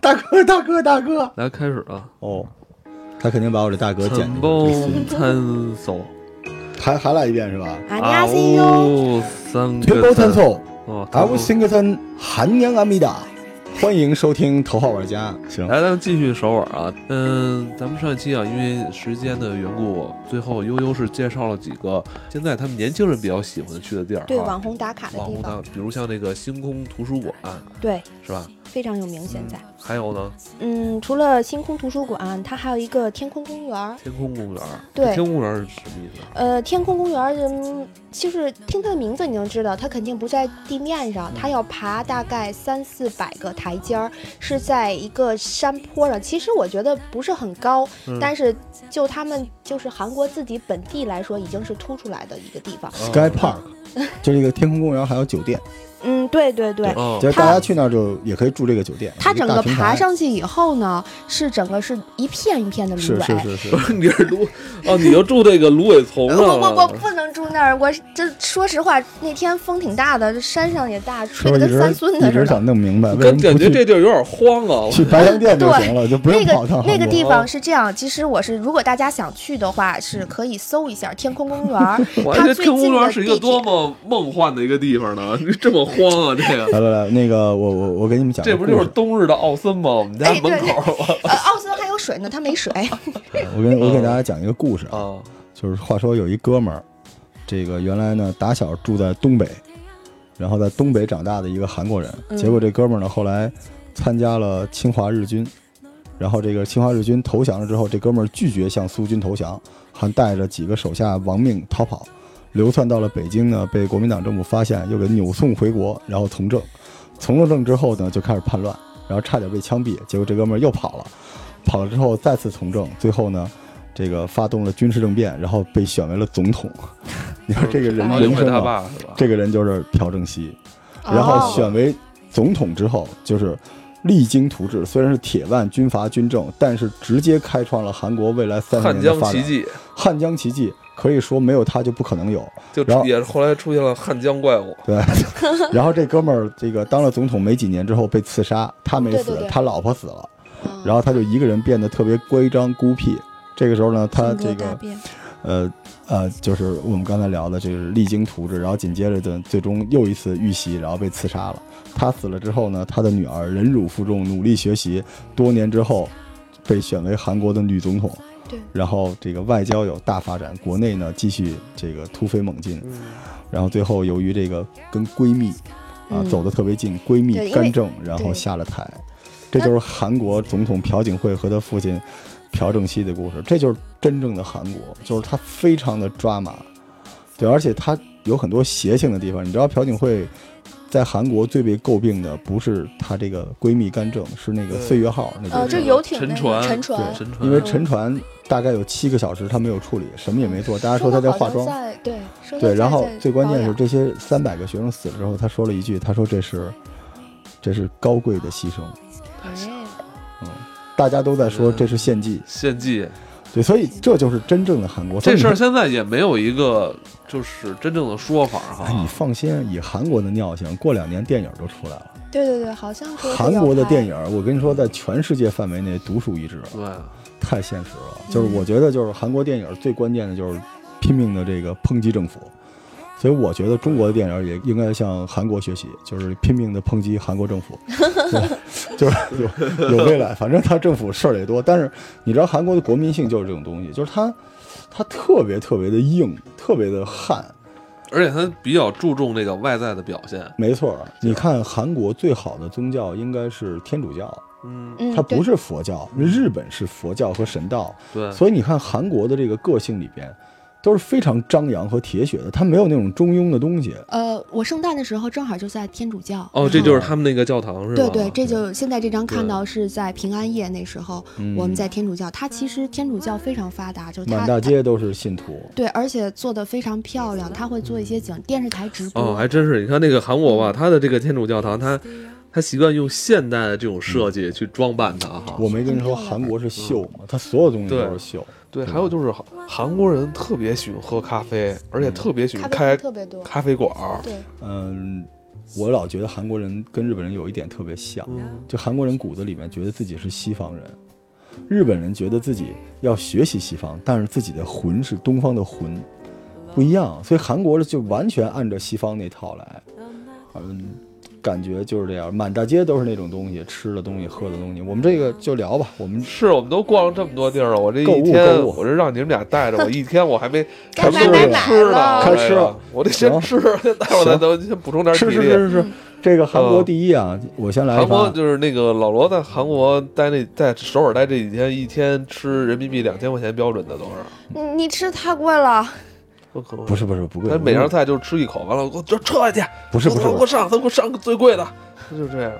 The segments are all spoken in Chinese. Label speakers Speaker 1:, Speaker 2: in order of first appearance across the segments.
Speaker 1: 大哥，大哥，大哥。
Speaker 2: 来开始了，
Speaker 1: 哦，他肯定把我的大哥剪
Speaker 2: 参
Speaker 1: 掉
Speaker 2: 谋
Speaker 1: 了这次。
Speaker 2: 参奏，
Speaker 1: 还还来一遍是吧？
Speaker 3: 안녕하세요，
Speaker 2: 哦，三
Speaker 1: 全
Speaker 2: 个
Speaker 1: 国参啊透，
Speaker 2: 哦，
Speaker 1: 아우싱글탄韩娘阿米达，欢迎收听《头号玩家》。行，
Speaker 2: 来，咱们继续手腕啊。嗯，咱们上一期啊，因为时间的缘故，最后悠悠是介绍了几个现在他们年轻人比较喜欢去的地儿、啊，
Speaker 3: 对网红打卡的
Speaker 2: 网
Speaker 3: 地
Speaker 2: 红
Speaker 3: 方，
Speaker 2: 的，比如像那个星空图书馆，
Speaker 3: 对，
Speaker 2: 是吧？
Speaker 3: 非常有名。现在，
Speaker 2: 还有呢，
Speaker 3: 嗯，除了星空图书馆，它还有一个天空公园儿。
Speaker 2: 天空公园儿。
Speaker 3: 对
Speaker 2: 天空公园儿是什么意思啊？
Speaker 3: 呃，天空公园儿，嗯，就是听它的名字你就知道，它肯定不在地面上，它要爬大概三四百个台阶儿，是在一个山坡上。其实我觉得不是很高，
Speaker 2: 嗯
Speaker 3: 但是就他们就是韩国自己本地来说，已经是凸出来的一个地方。
Speaker 1: Sky Park，就这个天空公园还有酒店，
Speaker 3: 嗯，对对对。
Speaker 2: 哦，
Speaker 1: 就是大家去那儿就也可以住这个酒店。
Speaker 3: 它
Speaker 1: 有
Speaker 3: 整
Speaker 1: 一大
Speaker 3: 个
Speaker 1: 平
Speaker 3: 爬
Speaker 1: 台
Speaker 3: 上去以后呢，是整个是一片一片的芦
Speaker 1: 是
Speaker 3: 苇。
Speaker 1: 是是 是，
Speaker 2: 你是芦哦，你就住这个芦苇丛啊
Speaker 3: 我
Speaker 2: 上
Speaker 3: 我我
Speaker 2: 了。
Speaker 3: 不能住那儿，我这说实话，那天风挺大的，山上也大，吹
Speaker 1: 说
Speaker 3: 得
Speaker 1: 一
Speaker 3: 跟
Speaker 1: 直
Speaker 3: 三孙
Speaker 1: 一
Speaker 3: 子
Speaker 1: 直
Speaker 3: 似的。
Speaker 1: 想弄明白，为什
Speaker 2: 感
Speaker 1: 么
Speaker 2: 感
Speaker 1: 不
Speaker 2: 觉这
Speaker 1: 去
Speaker 2: 地儿有点荒啊。
Speaker 1: 去白洋淀就行了，就不
Speaker 3: 那
Speaker 1: 用跑
Speaker 3: 个
Speaker 1: 趟韩国。
Speaker 3: 那个地
Speaker 2: 国，
Speaker 3: 方是这样，其实我是如果大家想去的话，是可以搜一下天空公园儿
Speaker 2: 我还
Speaker 3: 它
Speaker 2: 觉得
Speaker 3: 最
Speaker 2: 天空
Speaker 3: 近
Speaker 2: 公园
Speaker 3: 的
Speaker 2: 是一个
Speaker 3: 地
Speaker 2: 多
Speaker 3: 铁。
Speaker 2: 么梦幻的一个地方呢？ 这么荒啊，这个。
Speaker 1: 来来来，那个我我我给你们讲个
Speaker 2: 这
Speaker 1: 故
Speaker 2: 不
Speaker 1: 事，
Speaker 2: 就是冬日的奥森吗？我们家
Speaker 3: 哎
Speaker 2: 门口
Speaker 3: 呃，奥森还有水呢，它没水。
Speaker 1: 啊我给我给
Speaker 2: 嗯
Speaker 1: 大家讲一个故事啊，
Speaker 2: 啊，
Speaker 1: 就是话说有一哥们儿，这个原来呢打小住在东北，然后在东北长大的一个韩国人，
Speaker 3: 嗯
Speaker 1: 结果这哥们儿呢后来参加了侵华日军，然后这个侵华日军投降了之后，这哥们儿拒绝向苏军投降，还带着几个手下亡命逃跑，流窜到了北京呢，被国民党政府发现，又给扭送回国，然后从政。从了政之后呢，就开始叛乱，然后差点被枪毙。结果这哥们儿又跑了，跑了之后再次从政，最后呢，这个发动了军事政变，然后被选为了总 统。你说这个人
Speaker 2: 奥运
Speaker 1: 人
Speaker 2: 会
Speaker 1: 生
Speaker 2: 大
Speaker 1: 啊，
Speaker 2: 坝是吧？
Speaker 1: 这个人就是朴正熙。 然
Speaker 3: 哦
Speaker 1: 后选为总统之后，就是励精图治，虽然是铁腕军阀军政，但是直接开创了韩国未来三十
Speaker 2: 汉
Speaker 1: 年的
Speaker 2: 江
Speaker 1: 发展
Speaker 2: 奇。迹，
Speaker 1: 汉江奇迹可以说没有他就不可能有。
Speaker 2: 就
Speaker 1: 然后
Speaker 2: 也后来出现了汉江怪物。
Speaker 1: 对， 然后这哥们儿这个当了总统没几年之后被刺杀，他没死，
Speaker 3: 对对对
Speaker 1: 他老婆死了，
Speaker 3: 嗯
Speaker 1: 然后他就一个人变得特别乖张孤僻。这个时候呢，他
Speaker 3: 听
Speaker 1: 这
Speaker 3: 说
Speaker 1: 个
Speaker 3: 大便
Speaker 1: 呃呃，就是我们刚才聊的，就是励精图治，然后紧接着的最终又一次遇袭，然后被刺杀了。他死了之后呢，他的女儿忍辱负重，努力学习，多年之后被选为韩国的女总统。
Speaker 3: 对，
Speaker 1: 然后这个外交有大发展，国内呢继续这个突飞猛进，
Speaker 2: 嗯，
Speaker 1: 然后最后由于这个跟闺蜜啊、
Speaker 3: 嗯
Speaker 1: 走得特别近，闺
Speaker 3: 对
Speaker 1: 蜜
Speaker 3: 因为
Speaker 1: 干政，然后
Speaker 3: 对
Speaker 1: 下了台，这就是韩国总统朴槿惠和他父亲朴正熙的故事，这就是真正的韩国，就是他非常的抓马，对，而且他有很多邪性的地方，你知道朴槿惠。在韩国最被诟病的不是她这个闺蜜干政，是那个
Speaker 2: 对
Speaker 1: 岁月号那个
Speaker 3: 呃，就
Speaker 1: 事儿
Speaker 3: 游艇
Speaker 2: 沉
Speaker 3: 那个
Speaker 2: 船
Speaker 3: 沉船
Speaker 1: 对，
Speaker 2: 沉船，
Speaker 1: 因为沉船大概有七个小时，她没有处理，什么也没做。大家说她在化妆
Speaker 3: 说得，好像在对说
Speaker 1: 对，
Speaker 3: 得
Speaker 1: 然
Speaker 3: 在
Speaker 1: 后
Speaker 3: 在
Speaker 1: 最关
Speaker 3: 保
Speaker 1: 键是
Speaker 3: 养
Speaker 1: 这些三百个学生死了之后，他说了一句，他说这是这是高贵的牺牲，
Speaker 3: 哎
Speaker 1: 大家都在
Speaker 2: 嗯
Speaker 1: 说这是献祭，
Speaker 2: 献祭
Speaker 1: 对，所以这就是真正的韩国。所以
Speaker 2: 这
Speaker 1: 你
Speaker 2: 事儿现在也没有一个就是真正的说法
Speaker 1: 哎，你
Speaker 2: 哈。
Speaker 1: 放心，以韩国的尿性，过两年电影就出来了。
Speaker 3: 对对对，好像说是
Speaker 1: 韩
Speaker 3: 要
Speaker 1: 国的
Speaker 3: 拍
Speaker 1: 电影，我跟你说，在全世界范围内独树一帜，啊
Speaker 2: 对，
Speaker 1: 太现实了。
Speaker 3: 嗯
Speaker 1: 就是我觉得，就是韩国电影最关键的就是拼命的这个抨击政府。所以我觉得中国的电影也应该向韩国学习，就是拼命的抨击韩国政 府，对就是有有未来。反正他政府事儿也多，但是你知道韩国的国民性就是这种东西，就是他他特别特别的硬，特别的悍。
Speaker 2: 而且他比较注重这个外在的表现。
Speaker 1: 没错儿，你看韩国最好的宗教应该是天主教，
Speaker 2: 嗯，
Speaker 3: 嗯，
Speaker 1: 它
Speaker 3: 对
Speaker 1: 不是佛教。日本是佛教和神道，
Speaker 2: 对，
Speaker 1: 所以你看韩国的这个个性里边，都是非常张扬和铁血的，他没有那种中庸的东西。
Speaker 3: 呃，我圣诞的时候正好就在天主教。
Speaker 2: 哦，
Speaker 3: 然
Speaker 2: 这
Speaker 3: 后
Speaker 2: 就是他们那个教堂是吧？
Speaker 3: 对对，这
Speaker 1: 对
Speaker 3: 就现在这张看
Speaker 2: 对
Speaker 3: 到是在平安夜那时候，我们
Speaker 1: 嗯
Speaker 3: 在天主教，它其实天主教非常发达，就是它
Speaker 1: 满大
Speaker 3: 它
Speaker 1: 街都是信徒，
Speaker 3: 对，而且做的非常漂亮，它会做一些景电视台直播。
Speaker 2: 哦，还真是。你看那个韩国吧，他的这个天主教堂，他他习惯用现代的这种设计去装扮它哈。
Speaker 1: 我没跟你说韩国是秀嘛，他所有东西都是秀。
Speaker 4: 对，还有就是韩韩国人特嗯别喜欢喝咖啡，而且特别喜欢
Speaker 3: 咖啡
Speaker 4: 开
Speaker 3: 厅特别多，
Speaker 4: 咖啡馆儿。
Speaker 3: 对，
Speaker 1: 嗯，我老觉得韩国人跟日本人有一点特别像，
Speaker 2: 嗯
Speaker 1: 就韩国人骨子里面觉得自己是西方人，日本人觉得自己要学习西方，但是自己的魂是东方的魂，不一样。所以韩国就完全按照西方那套来，嗯，感觉就是这样，满大街都是那种东西，吃的东西，喝的东西。我们这个就聊吧，我们
Speaker 4: 是我们都逛了这么多地儿了，我这
Speaker 1: 购
Speaker 4: 一
Speaker 1: 物
Speaker 4: 天
Speaker 1: 购物
Speaker 4: 我这让你们俩带着我一天，我还没什
Speaker 3: 该
Speaker 4: 么
Speaker 1: 买
Speaker 4: 都
Speaker 1: 买
Speaker 4: 没
Speaker 1: 买
Speaker 4: 吃呢
Speaker 3: 了，
Speaker 1: 开吃
Speaker 4: 哎呀
Speaker 1: 了
Speaker 4: 我得先
Speaker 1: 行
Speaker 4: 吃，待会儿再咱先补充点体
Speaker 1: 是
Speaker 4: 力。
Speaker 1: 是是是是
Speaker 3: 嗯，
Speaker 1: 这个韩国
Speaker 4: 嗯
Speaker 1: 第一啊，我先来一
Speaker 4: 韩国
Speaker 1: 发。
Speaker 4: 就是那个老罗在韩国待那在首尔待这几天，一天吃人民币两千块钱标准的都是，
Speaker 3: 你你吃太贵了，
Speaker 4: 不可能
Speaker 1: 不是不是不贵，
Speaker 4: 他每样菜就吃一口，完了给我这撤下去，
Speaker 1: 不是不是
Speaker 4: 咱给
Speaker 1: 不
Speaker 4: 我
Speaker 1: 是，
Speaker 4: 上，咱给我上个最贵的，他就这样。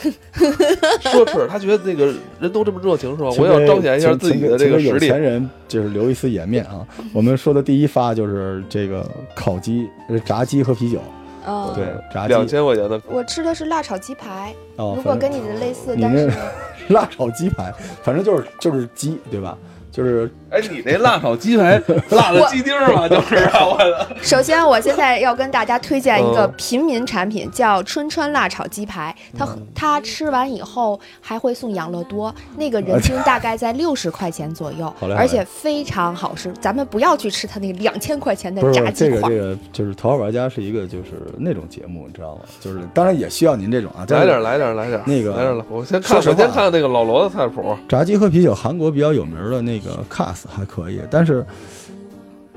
Speaker 4: 奢侈，他觉得那个人都这么热情是吧？
Speaker 1: 请
Speaker 4: 我也要
Speaker 1: 给
Speaker 4: 彰显一下
Speaker 1: 请
Speaker 4: 自己
Speaker 1: 请
Speaker 4: 的这
Speaker 1: 请
Speaker 4: 个
Speaker 1: 给
Speaker 4: 实
Speaker 1: 有
Speaker 4: 力。
Speaker 1: 钱人就是留一丝颜面 啊。我们说的第一发就是这个烤鸡、呃炸鸡和啤酒，
Speaker 3: 嗯，
Speaker 1: 对，炸
Speaker 4: 两
Speaker 1: 鸡
Speaker 4: 千块钱的，
Speaker 3: 我吃的是辣炒鸡排，
Speaker 1: 哦，
Speaker 3: 如果
Speaker 1: 反
Speaker 3: 跟
Speaker 1: 正
Speaker 3: 你的类似，
Speaker 1: 你
Speaker 3: 但是
Speaker 1: 那辣炒鸡排，反正就是就是鸡，对吧？就是
Speaker 2: 哎，你那辣炒鸡 排辣的鸡丁儿嘛，就是啊，我的
Speaker 3: 首先，我现在要跟大家推荐一个
Speaker 4: 嗯
Speaker 3: 平民产品，叫春川辣炒鸡排。它
Speaker 1: 嗯
Speaker 3: 它吃完以后还会送养乐多，那个人均大概在六十块钱左右
Speaker 1: 好嘞，好嘞
Speaker 3: 而且非常好吃。咱们不要去吃它那个两千块钱的
Speaker 1: 不是
Speaker 3: 炸鸡
Speaker 1: 这个
Speaker 3: 块
Speaker 1: 这。个就是《头号玩家》是一个就是那种节目，你知道吗？就是当然也需要您这种啊，但
Speaker 4: 来
Speaker 1: 是
Speaker 4: 点儿，来点儿，来点儿，
Speaker 1: 那个
Speaker 4: 来点儿了。我先看，
Speaker 1: 说
Speaker 4: 我
Speaker 1: 实
Speaker 4: 先
Speaker 1: 话
Speaker 4: 看那个老罗的菜谱，
Speaker 1: 炸鸡和啤酒，韩国比较有名的那个 Cas 还可以，但是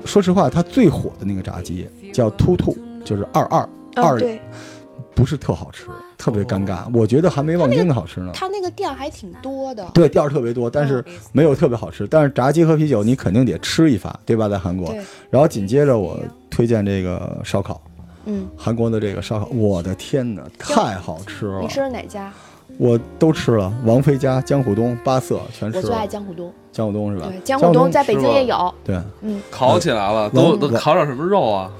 Speaker 1: 说实话，它最火的那个炸鸡叫突突，就是二二
Speaker 3: 嗯，
Speaker 1: 二，
Speaker 3: 对，
Speaker 1: 不是特好吃，特别尴尬。我觉得还没望京的好吃呢。
Speaker 3: 它那个店还挺多的。
Speaker 1: 对，调儿特别多，但
Speaker 3: 哦
Speaker 1: 是没有特别好吃。但是炸鸡和啤酒你肯定得吃一发，对吧？在韩国，
Speaker 3: 对，
Speaker 1: 然后紧接着我推荐这个烧烤，
Speaker 3: 嗯，
Speaker 1: 韩国的这个烧烤，我的天哪，太好吃了
Speaker 3: 你！吃的哪家？
Speaker 1: 我都吃了，王菲家、江户东、八色全吃
Speaker 3: 我最爱
Speaker 1: 了。
Speaker 3: 江户东。
Speaker 1: 江户东是吧
Speaker 3: 对，？江户东在北京
Speaker 2: 是吗
Speaker 3: 也有。
Speaker 1: 对，
Speaker 3: 嗯，
Speaker 2: 烤起来了，都都烤点什么肉啊？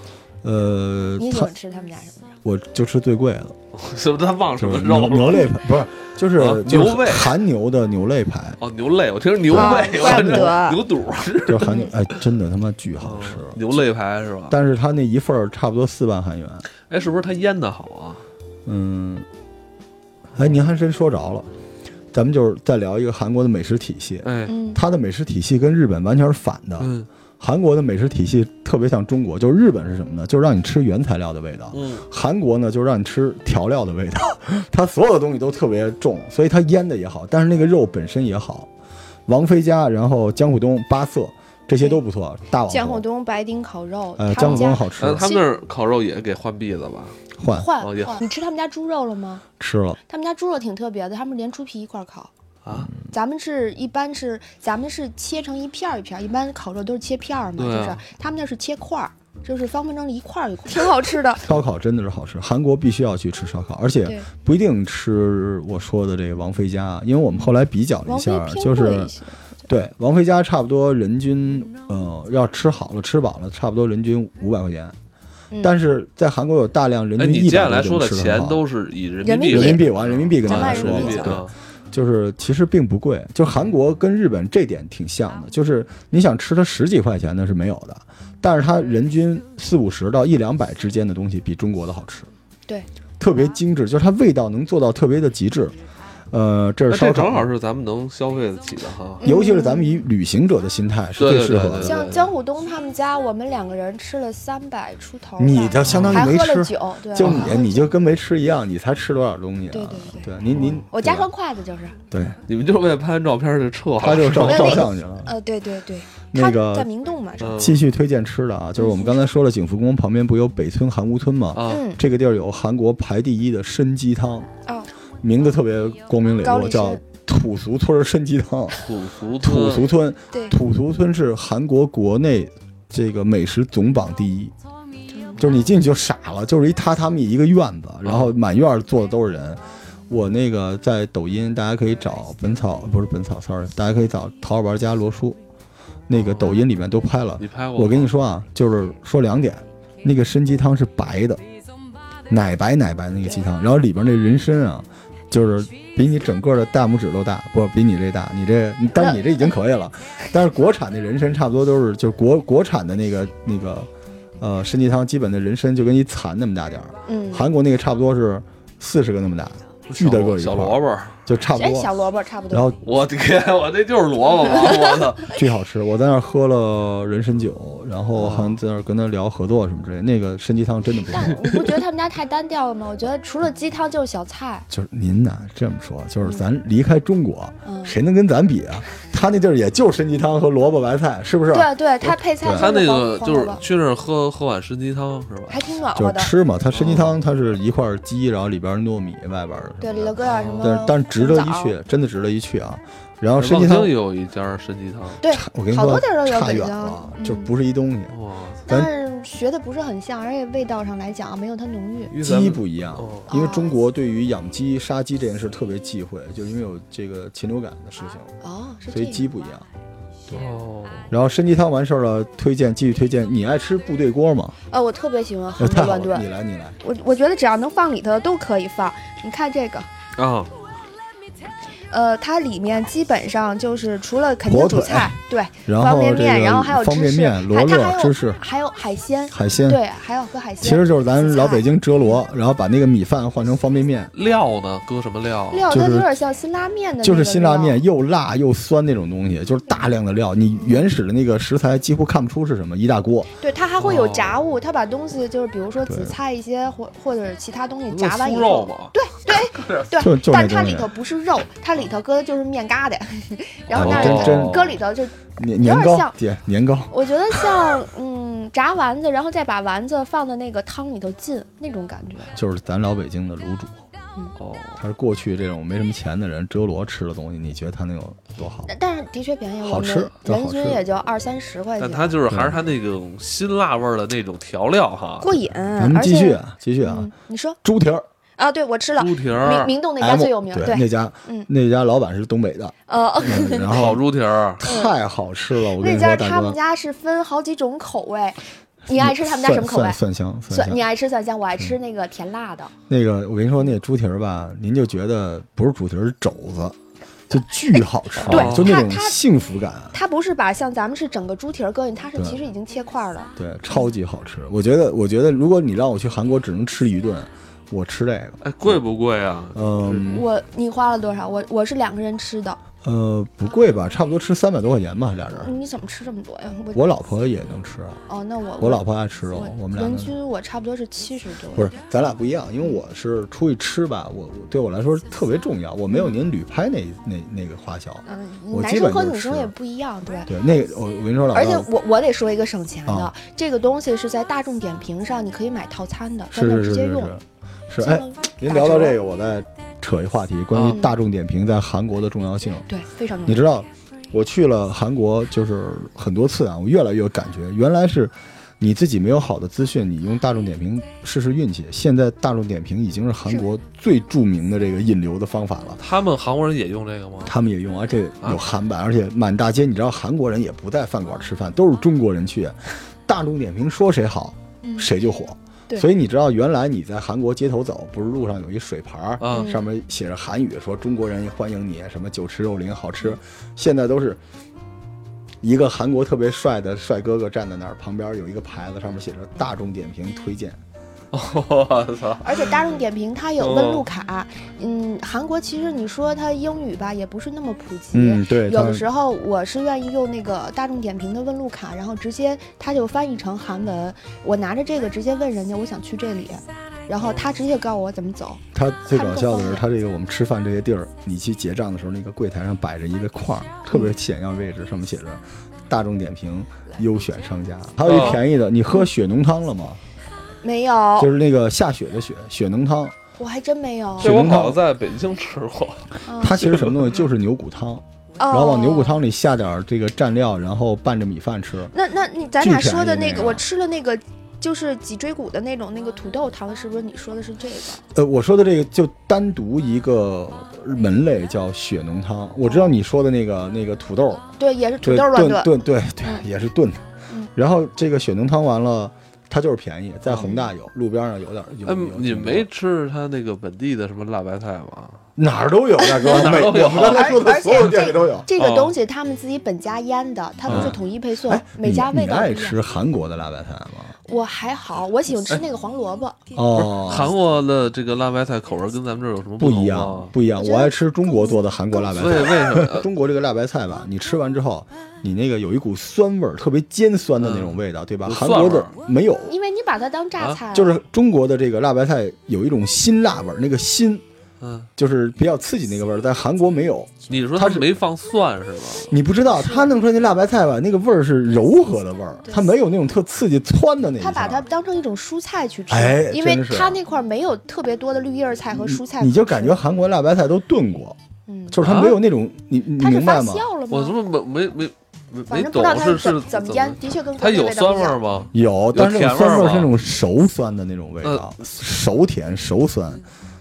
Speaker 1: 呃，
Speaker 3: 你喜
Speaker 1: 它
Speaker 3: 欢吃他们家什么？
Speaker 1: 我就吃最贵 的，
Speaker 2: 是不是他忘什
Speaker 1: 就
Speaker 2: 么
Speaker 1: 是牛
Speaker 2: 肉
Speaker 1: 牛肋排，不是，就是
Speaker 2: 啊
Speaker 1: 就是
Speaker 2: 牛肋
Speaker 1: 韩牛的牛肋排，
Speaker 2: 哦，牛肋，我听着牛
Speaker 3: 啊
Speaker 2: 肋，
Speaker 3: 怪
Speaker 2: 我
Speaker 3: 不
Speaker 2: 这
Speaker 3: 得
Speaker 2: 牛肚儿，
Speaker 1: 就是韩 牛，哎，真的他妈巨好吃。
Speaker 2: 牛肋排是吧？
Speaker 1: 但是它那一份儿差不多四万韩元，
Speaker 2: 哎，是不是他腌的好啊？
Speaker 1: 嗯，哎，您还真说着了，咱们就是再聊一个韩国的美食体系，
Speaker 2: 哎，
Speaker 3: 嗯，
Speaker 1: 它的美食体系跟日本完全是反的。
Speaker 2: 嗯
Speaker 1: 韩国的美食体系特别像中国，就是日本是什么呢？就是让你吃原材料的味道。
Speaker 2: 嗯，
Speaker 1: 韩国呢，就是让你吃调料的味道， 它所有的东西都特别重，所以它腌的也好，但是那个肉本身也好。王菲家，然后江户东、八色这些都不错，大网
Speaker 3: 江户
Speaker 1: 红，
Speaker 3: 东白丁烤肉，
Speaker 1: 哦呃，
Speaker 3: 他
Speaker 1: 江
Speaker 3: 们
Speaker 1: 户
Speaker 3: 家
Speaker 1: 东好吃
Speaker 2: 哎，，他们那儿烤肉也给换币的吧？
Speaker 1: 换
Speaker 3: 换
Speaker 2: 哦也
Speaker 3: 换，你吃他们家猪肉了吗？
Speaker 1: 吃了，
Speaker 3: 他们家猪肉挺特别的，他们连猪皮一块儿烤。
Speaker 2: 啊，
Speaker 3: 咱们是一般是咱们是切成一片儿一片儿，一般烤肉都是切片儿嘛，
Speaker 2: 对啊
Speaker 3: 就是他们那是切块儿，就是方便蒸的一块儿一块儿， 挺好吃的。
Speaker 1: 烧烤真的是好吃，韩国必须要去吃烧烤，而且
Speaker 3: 对，
Speaker 1: 不一定吃我说的这个王菲家，因为我们后来比较了一
Speaker 3: 王菲
Speaker 1: 下，
Speaker 3: 偏
Speaker 1: 就
Speaker 3: 贵
Speaker 1: 是呃
Speaker 3: 一些。
Speaker 1: 对王菲家差不多人均，呃，要吃好了吃饱了，差不多人均五百块钱，
Speaker 3: 嗯
Speaker 1: 但是在韩国有大量人
Speaker 2: 哎，
Speaker 1: 均
Speaker 2: 你接
Speaker 1: 一
Speaker 2: 下
Speaker 1: 百
Speaker 2: 来
Speaker 1: 块
Speaker 2: 说的
Speaker 1: 吃很
Speaker 2: 钱
Speaker 1: 好
Speaker 2: 都是以人
Speaker 3: 人
Speaker 2: 民
Speaker 3: 民
Speaker 2: 币
Speaker 3: 币
Speaker 1: 嗯人民币，
Speaker 2: 为
Speaker 1: 我按人民币跟
Speaker 3: 咱
Speaker 1: 大
Speaker 3: 们
Speaker 1: 家
Speaker 3: 按
Speaker 1: 说嗯
Speaker 2: 人
Speaker 3: 人
Speaker 2: 民
Speaker 3: 民
Speaker 2: 币
Speaker 3: 币
Speaker 1: 了，对，
Speaker 2: 啊，
Speaker 1: 就是其实并不贵，就韩国跟日本这点挺像
Speaker 3: 啊
Speaker 1: 的，就是你想吃它十几块钱的是没有的，但是它人均四五十到一两百之间的东西比中国的好吃，
Speaker 3: 对，
Speaker 1: 特别精致，就是它味道能做到特别的极致。呃，这
Speaker 2: 那
Speaker 1: 是烧
Speaker 2: 这
Speaker 1: 烤，
Speaker 2: 正好是咱们能消费得起的哈。
Speaker 3: 嗯
Speaker 1: 尤其是咱们以旅行者的心态是最
Speaker 2: 对对
Speaker 1: 适
Speaker 2: 对
Speaker 1: 合
Speaker 2: 对
Speaker 1: 的。
Speaker 3: 像江户东他们家，我们两个人吃了三百出头吧，
Speaker 1: 你的相当
Speaker 3: 还
Speaker 1: 于没
Speaker 3: 喝了
Speaker 1: 吃，
Speaker 3: 酒，对，
Speaker 1: 就
Speaker 3: 还喝
Speaker 1: 你
Speaker 3: 了
Speaker 1: 你
Speaker 3: 酒
Speaker 1: 就跟没吃一样，你才吃多少东西啊？
Speaker 3: 对对
Speaker 1: 对，您您
Speaker 3: 我加
Speaker 1: 对吧啊
Speaker 3: 双筷子就是，
Speaker 1: 对，
Speaker 2: 你们就是为了拍完照片就撤了，
Speaker 1: 他就照
Speaker 3: 没有
Speaker 1: 照
Speaker 3: 那个
Speaker 1: 相去了。
Speaker 3: 呃，对对对，
Speaker 1: 那
Speaker 3: 他在
Speaker 1: 个
Speaker 3: 明洞嘛，是吧
Speaker 2: 嗯
Speaker 1: 继续推荐吃的啊，就是我们刚才说了，景福宫旁边不有北村韩屋村吗？
Speaker 2: 啊，
Speaker 3: 嗯
Speaker 1: 这个地儿有韩国排第一的参鸡汤，
Speaker 3: 哦，
Speaker 1: 名字特别光明磊
Speaker 3: 高丽
Speaker 1: 落，
Speaker 3: 参嗯
Speaker 1: 叫土俗村参鸡汤。
Speaker 2: 土俗
Speaker 1: 土俗村，
Speaker 3: 对，
Speaker 1: 土俗村是韩国国内这个美食总榜第一，就是你进去就傻了，就是一榻榻米一个院子，然后满院儿坐的都是人。我那个在抖音，大家可以找本草，不是本草，sorry，大家可以找淘宝玩家罗叔，那个抖音里面都拍了。
Speaker 2: 你拍过吗？
Speaker 1: 我跟你说啊，就是说两点，那个参鸡汤是白的，奶白奶白那个鸡汤，然后里边那人参啊，就是比你整个的大拇指都大，不比你这大，你这你但是你这已经可以了。但是国产的人参差不多都是就是国国产的那个那个呃，参鸡汤基本的人参就跟一蚕那么大点儿，
Speaker 3: 嗯，
Speaker 1: 韩国那个差不多是四十个那么大，巨大个儿一
Speaker 2: 小
Speaker 1: 块儿
Speaker 2: 萝卜儿，
Speaker 1: 就差不
Speaker 3: 哎，
Speaker 1: 多。
Speaker 3: 小萝卜差不多。
Speaker 1: 然后
Speaker 2: 我的天，我这就是萝卜 吧？我操！
Speaker 1: 巨好吃，我在那儿喝了人参酒，然后好像在那儿跟他聊合作什么之类的，那个参鸡汤真的不错
Speaker 3: 但。你不觉得他们家太单调了吗？我觉得除了鸡汤就是小菜。
Speaker 1: 就是您呐，这么说，就是咱离开中国，
Speaker 3: 嗯，
Speaker 1: 谁能跟咱比啊？他那地儿也就参鸡汤和萝卜白菜，是不是？
Speaker 3: 对啊对，他配菜
Speaker 1: 对
Speaker 2: 他
Speaker 3: 都
Speaker 2: 那
Speaker 3: 是
Speaker 2: 个就
Speaker 3: 黄黄
Speaker 2: 是
Speaker 3: 萝卜，
Speaker 2: 去那儿喝喝碗参鸡汤是吧？
Speaker 3: 还挺暖
Speaker 1: 就
Speaker 3: 和
Speaker 1: 是
Speaker 3: 的。
Speaker 1: 吃嘛，它参鸡汤它是一块鸡，然后里边糯米，外边儿
Speaker 3: 对，哦
Speaker 1: 什
Speaker 3: 里
Speaker 1: 么的
Speaker 3: 头搁点什么？
Speaker 1: 但但是值得一。去，真的值得一去啊。然后参
Speaker 2: 望
Speaker 1: 鸡汤
Speaker 2: 京也，有一家参鸡汤，
Speaker 3: 对，
Speaker 1: 我跟你
Speaker 3: 好多
Speaker 1: 说
Speaker 3: 地儿都有
Speaker 1: 差
Speaker 3: 北
Speaker 1: 远
Speaker 3: 京
Speaker 1: 了，
Speaker 3: 嗯
Speaker 1: 就不是一东西，
Speaker 2: 哇，
Speaker 1: 咱
Speaker 3: 但是学的不是很像，而且味道上来讲没有它浓郁。
Speaker 2: 因为咱
Speaker 1: 鸡
Speaker 2: 们
Speaker 1: 不一样。
Speaker 2: 哦
Speaker 1: 因为中国对于养鸡、杀鸡这件事特别忌讳，就是因为有这个禽流感的事情，
Speaker 3: 哦，是这
Speaker 1: 所以
Speaker 3: 样。
Speaker 1: 鸡不一样。
Speaker 2: 哦，
Speaker 1: 然后参鸡汤完事儿了，推荐继续推荐。你爱吃部队锅 吗？
Speaker 3: 呃，我特别喜欢
Speaker 1: 哎
Speaker 3: 杭
Speaker 1: 太
Speaker 3: 州
Speaker 1: 好
Speaker 3: 乱
Speaker 1: 了，你
Speaker 3: 炖，
Speaker 1: 来你来。
Speaker 3: 我我觉得只要能放里头的都可以放。你看这个，
Speaker 2: 啊，
Speaker 3: 呃，它里面基本上就是除了肯
Speaker 1: 火
Speaker 3: 定
Speaker 1: 腿
Speaker 3: 主菜，对，
Speaker 1: 然
Speaker 3: 方
Speaker 1: 后
Speaker 3: 便
Speaker 1: 这
Speaker 3: 面
Speaker 1: 个
Speaker 3: 然后还有
Speaker 1: 方便
Speaker 3: 芝士
Speaker 1: 面、罗
Speaker 3: 还它
Speaker 1: 勒、
Speaker 3: 还有
Speaker 1: 芝士、
Speaker 3: 还有海鲜，
Speaker 1: 海鲜，
Speaker 3: 对，还要喝海鲜。
Speaker 1: 其实就是咱
Speaker 3: 蔬菜
Speaker 1: 老北京折罗，然后把那个米饭换成方便 面，
Speaker 2: 料呢？搁什么料？啊
Speaker 3: 料
Speaker 1: 就
Speaker 3: 它
Speaker 1: 是
Speaker 3: 有点像辛拉面的那个料，
Speaker 1: 就是辛拉面，又辣又酸那种东西，就是大量的料，你原始的那个食材几乎看不出是什么，一大锅。
Speaker 3: 对，它还会有
Speaker 2: 哦
Speaker 3: 炸物，它把东西就是比如说
Speaker 1: 对
Speaker 3: 紫菜一些或或者是其他东西
Speaker 2: 那
Speaker 3: 炸完以
Speaker 2: 酥肉
Speaker 3: 后，
Speaker 2: 嘛，
Speaker 3: 对
Speaker 1: 就就
Speaker 3: 但
Speaker 1: 那
Speaker 3: 它
Speaker 1: 东
Speaker 3: 里
Speaker 1: 西
Speaker 3: 头不是肉，它里头搁的就是面疙瘩，然后
Speaker 1: 哦
Speaker 3: 但
Speaker 1: 真
Speaker 3: 是
Speaker 1: 真
Speaker 3: 它搁里头就
Speaker 1: 年年
Speaker 3: 有点
Speaker 1: 糕
Speaker 3: 像，
Speaker 1: 姐年糕，
Speaker 3: 我觉得像嗯炸丸子，然后再把丸子放到那个汤里头浸那种感觉。
Speaker 1: 就是咱老北京的卤煮。
Speaker 2: 哦，
Speaker 1: 他是过去这种没什么钱的人折罗吃的东西，你觉得他能有多好？
Speaker 3: 但但是的确便宜，
Speaker 1: 好
Speaker 3: 我
Speaker 1: 吃
Speaker 3: 们
Speaker 1: 真好
Speaker 3: 人均
Speaker 1: 吃
Speaker 3: 也就二三十块
Speaker 2: 但
Speaker 3: 钱，
Speaker 2: 它就是还是它那种辛辣味儿的那种调料哈，
Speaker 3: 过瘾。
Speaker 1: 咱们
Speaker 3: 而
Speaker 1: 继续
Speaker 3: 且，
Speaker 1: 啊，继续啊
Speaker 3: 嗯，，你说
Speaker 1: 猪蹄儿
Speaker 3: 啊，对我吃了，
Speaker 2: 猪蹄
Speaker 3: 明
Speaker 2: 儿、
Speaker 3: 明洞那家
Speaker 1: M
Speaker 3: 最有名，
Speaker 1: 哎对，那家
Speaker 3: 嗯
Speaker 1: 那家老板是东北 的，
Speaker 3: 呃，
Speaker 1: 嗯然
Speaker 2: 烤
Speaker 1: 后
Speaker 2: 猪蹄儿，
Speaker 1: 太好吃了，我跟
Speaker 3: 那
Speaker 1: 你说，
Speaker 3: 家
Speaker 1: 大
Speaker 3: 他们
Speaker 1: 哥，
Speaker 3: 家是分好几种口味，你爱吃他们家什么口味
Speaker 1: 蒜？蒜蒜香，蒜
Speaker 3: 蒜，你
Speaker 1: 香。
Speaker 3: 爱吃蒜香，我爱吃那个甜辣的。
Speaker 1: 那个我跟你说，那猪蹄儿吧，您就觉得不是猪蹄儿，是肘子，就
Speaker 3: 哎
Speaker 1: 巨好吃，
Speaker 2: 对
Speaker 1: 就那
Speaker 3: 它
Speaker 1: 种
Speaker 3: 它
Speaker 1: 幸福感。
Speaker 3: 它不是把像咱们是整个猪蹄儿搁进，它是
Speaker 1: 对
Speaker 3: 其实已经切块儿了。
Speaker 1: 对，超级好吃。我觉得，我觉得，如果你让我去韩国只能吃一顿，我吃这个。
Speaker 2: 哎，贵不贵啊？
Speaker 1: 嗯
Speaker 3: 我你花了多少？我我是两个人吃的，
Speaker 1: 呃，不贵吧，差不多吃三百多块钱吧，俩人。
Speaker 3: 你怎么吃这么多呀？我
Speaker 1: 我老婆也能吃，
Speaker 3: 哦，那我
Speaker 1: 我老婆爱吃肉
Speaker 3: 我，
Speaker 1: 我们俩能
Speaker 3: 人均我差不多是七十多。
Speaker 1: 不是，咱俩不一样，因为我是出去吃吧，我我对我来说特别重要，我没有您旅拍那那那个花销。
Speaker 3: 嗯，
Speaker 1: 我
Speaker 3: 男
Speaker 1: 基
Speaker 3: 生
Speaker 1: 本
Speaker 3: 和
Speaker 1: 就
Speaker 3: 女生
Speaker 1: 吃
Speaker 3: 也不一样，对。
Speaker 1: 对，那个我我跟你说，老
Speaker 3: 而且
Speaker 1: 赵
Speaker 3: 我我得说一个省钱的
Speaker 1: 啊，
Speaker 3: 这个东西是在大众点评上，你可以买套餐的，在
Speaker 1: 是
Speaker 3: 那儿
Speaker 1: 是是
Speaker 3: 直接
Speaker 1: 是
Speaker 3: 用。
Speaker 1: 是是，哎，您聊到这个，我再扯一话题，关于
Speaker 3: 嗯
Speaker 1: 大众点评在韩国的重要性。
Speaker 3: 对，非常重
Speaker 1: 你
Speaker 3: 要。
Speaker 1: 知道，我去了韩国就是很多次啊，我越来越有感觉，原来是你自己没有好的资讯，你用大众点评试试运气。现在大众点评已经是韩国最著名的这个引流的方法了。
Speaker 2: 他们韩国人也用这个吗？
Speaker 1: 他们也用，而且有韩版，而且满大街，你知道韩国人也不在饭馆吃饭，都是中国人去。大众点评说谁好，
Speaker 3: 嗯
Speaker 1: 谁就火。
Speaker 3: 对
Speaker 1: 所以你知道，原来你在韩国街头走，不是路上有一水牌儿，
Speaker 2: 啊
Speaker 3: 嗯
Speaker 1: 上面写着韩语，说中国人欢迎你，什么酒池肉林好吃。现在都是一个韩国特别帅的帅哥哥站在那儿，旁边有一个牌子，上面写着大众点评推荐。
Speaker 2: 我操！
Speaker 3: 而且大众点评它有问路卡，嗯，韩国其实你说它英语吧，也不是那么普及。
Speaker 1: 嗯，对，
Speaker 3: 有的
Speaker 1: 他
Speaker 3: 时候我是愿意用那个大众点评的问路卡，然后直接它就翻译成韩文，我拿着这个直接问人家我想去这里，然后他直接告诉我怎么走。
Speaker 1: 他最搞笑的
Speaker 3: 嗯看不
Speaker 1: 是，
Speaker 3: 懂
Speaker 1: 他这个我们吃饭这些地儿，你去结账的时候，那个柜台上摆着一个框儿，特
Speaker 3: 嗯
Speaker 1: 别显要位置，上面写着“大众点评优选商家”。还有一便宜的，你喝血浓汤了吗？
Speaker 3: 没有
Speaker 1: 就，是那个下雪的雪，血浓汤。
Speaker 3: 我还真没有。
Speaker 1: 是
Speaker 2: 这我
Speaker 1: 浓汤
Speaker 2: 好像在北京吃过，
Speaker 3: 嗯
Speaker 1: 它其实什么东西，就是牛骨汤，然后往牛骨。
Speaker 3: 哦
Speaker 1: 汤里下点儿这个蘸料，然后拌着米饭吃。
Speaker 3: 那哦那你咱俩
Speaker 1: 巨便宜
Speaker 3: 说的
Speaker 1: 那
Speaker 3: 那个，
Speaker 1: 个
Speaker 3: 我吃了那个就是脊椎骨的那种那个土豆汤，是不是你说的是这个？
Speaker 1: 呃，我说的这个就单独一个门类叫血浓汤。我知道你说的那个那个土豆，
Speaker 3: 对，也是土
Speaker 1: 对
Speaker 3: 豆乱炖。
Speaker 1: 炖对对
Speaker 3: 嗯
Speaker 1: 也是炖的
Speaker 3: 嗯。
Speaker 1: 然后这个血浓汤完了，它就是便宜，在宏大有，路边上有点有。
Speaker 2: 哎
Speaker 1: 有，
Speaker 2: 嗯你
Speaker 1: 挺多
Speaker 2: 没吃他那个本地的什么辣白菜吗？
Speaker 1: 哪儿都有，大哥，
Speaker 2: 哪儿
Speaker 1: 每
Speaker 2: 都有
Speaker 1: 我们刚才说的
Speaker 3: 而
Speaker 1: 所有店里都有。
Speaker 3: 这个
Speaker 2: 哦
Speaker 3: 东西他们自己本家腌的，它不是
Speaker 2: 嗯
Speaker 3: 统一配送，
Speaker 1: 哎，
Speaker 3: 每家
Speaker 1: 你
Speaker 3: 味
Speaker 1: 你
Speaker 3: 道不
Speaker 1: 爱
Speaker 3: 一样。
Speaker 1: 吃哎韩国的辣白菜吗？
Speaker 3: 我还好，我喜欢吃那个黄萝卜，
Speaker 1: 哦，
Speaker 2: 韩国的这个辣白菜口味跟咱们这儿有什么
Speaker 1: 不
Speaker 2: 同
Speaker 1: 一
Speaker 2: 吗
Speaker 1: 样，？不一样。
Speaker 3: 我觉
Speaker 1: 我
Speaker 3: 得
Speaker 1: 爱吃中国做的韩国辣白
Speaker 2: 所以
Speaker 1: 菜。
Speaker 2: 为什么？
Speaker 1: 中国这个辣白菜吧，你吃完之后，你那个有一股酸味儿，特别尖酸的那种味道，对吧？
Speaker 2: 有
Speaker 1: 韩
Speaker 2: 蒜
Speaker 1: 国
Speaker 2: 味
Speaker 1: 的
Speaker 2: 儿
Speaker 1: 没有，
Speaker 3: 因为你把它当榨
Speaker 2: 啊
Speaker 3: 菜了，
Speaker 1: 就是中国的这个辣白菜有一种辛辣味儿，那个辛
Speaker 2: 嗯，
Speaker 1: 就是比较刺激那个味儿，在韩国没有。
Speaker 2: 你说
Speaker 1: 它
Speaker 2: 他
Speaker 1: 是
Speaker 2: 没放蒜是吧？
Speaker 1: 你不知道，他弄出来那辣白菜吧，那个味儿是柔和的味儿，
Speaker 3: 对
Speaker 1: 它没有那种特刺激窜的那一下
Speaker 3: 他把它当成一种蔬菜去吃，
Speaker 1: 哎
Speaker 3: 因为
Speaker 1: 真是
Speaker 3: 他那块儿没有特别多的绿叶菜和蔬菜
Speaker 1: 你
Speaker 3: 可
Speaker 1: 就
Speaker 3: 吃
Speaker 1: 感觉，韩国辣白菜都炖过，
Speaker 3: 嗯，
Speaker 1: 就是它没有那种、你你
Speaker 3: 它是
Speaker 1: 明
Speaker 3: 发
Speaker 1: 白吗？
Speaker 3: 酵了吗？
Speaker 2: 我怎么没没没没
Speaker 3: 反
Speaker 2: 没
Speaker 3: 正
Speaker 2: 懂
Speaker 3: 不知道它
Speaker 2: 是
Speaker 3: 怎
Speaker 2: 是
Speaker 3: 么怎么腌，的确跟
Speaker 2: 它
Speaker 3: 国内
Speaker 2: 有
Speaker 3: 味道
Speaker 2: 酸
Speaker 3: 不
Speaker 2: 味
Speaker 3: 一样
Speaker 2: 儿吗？
Speaker 1: 有，但是那种
Speaker 2: 甜味
Speaker 1: 酸
Speaker 2: 儿
Speaker 1: 味儿
Speaker 2: 吗呃
Speaker 1: 是那种熟酸的那种味道，熟甜熟酸，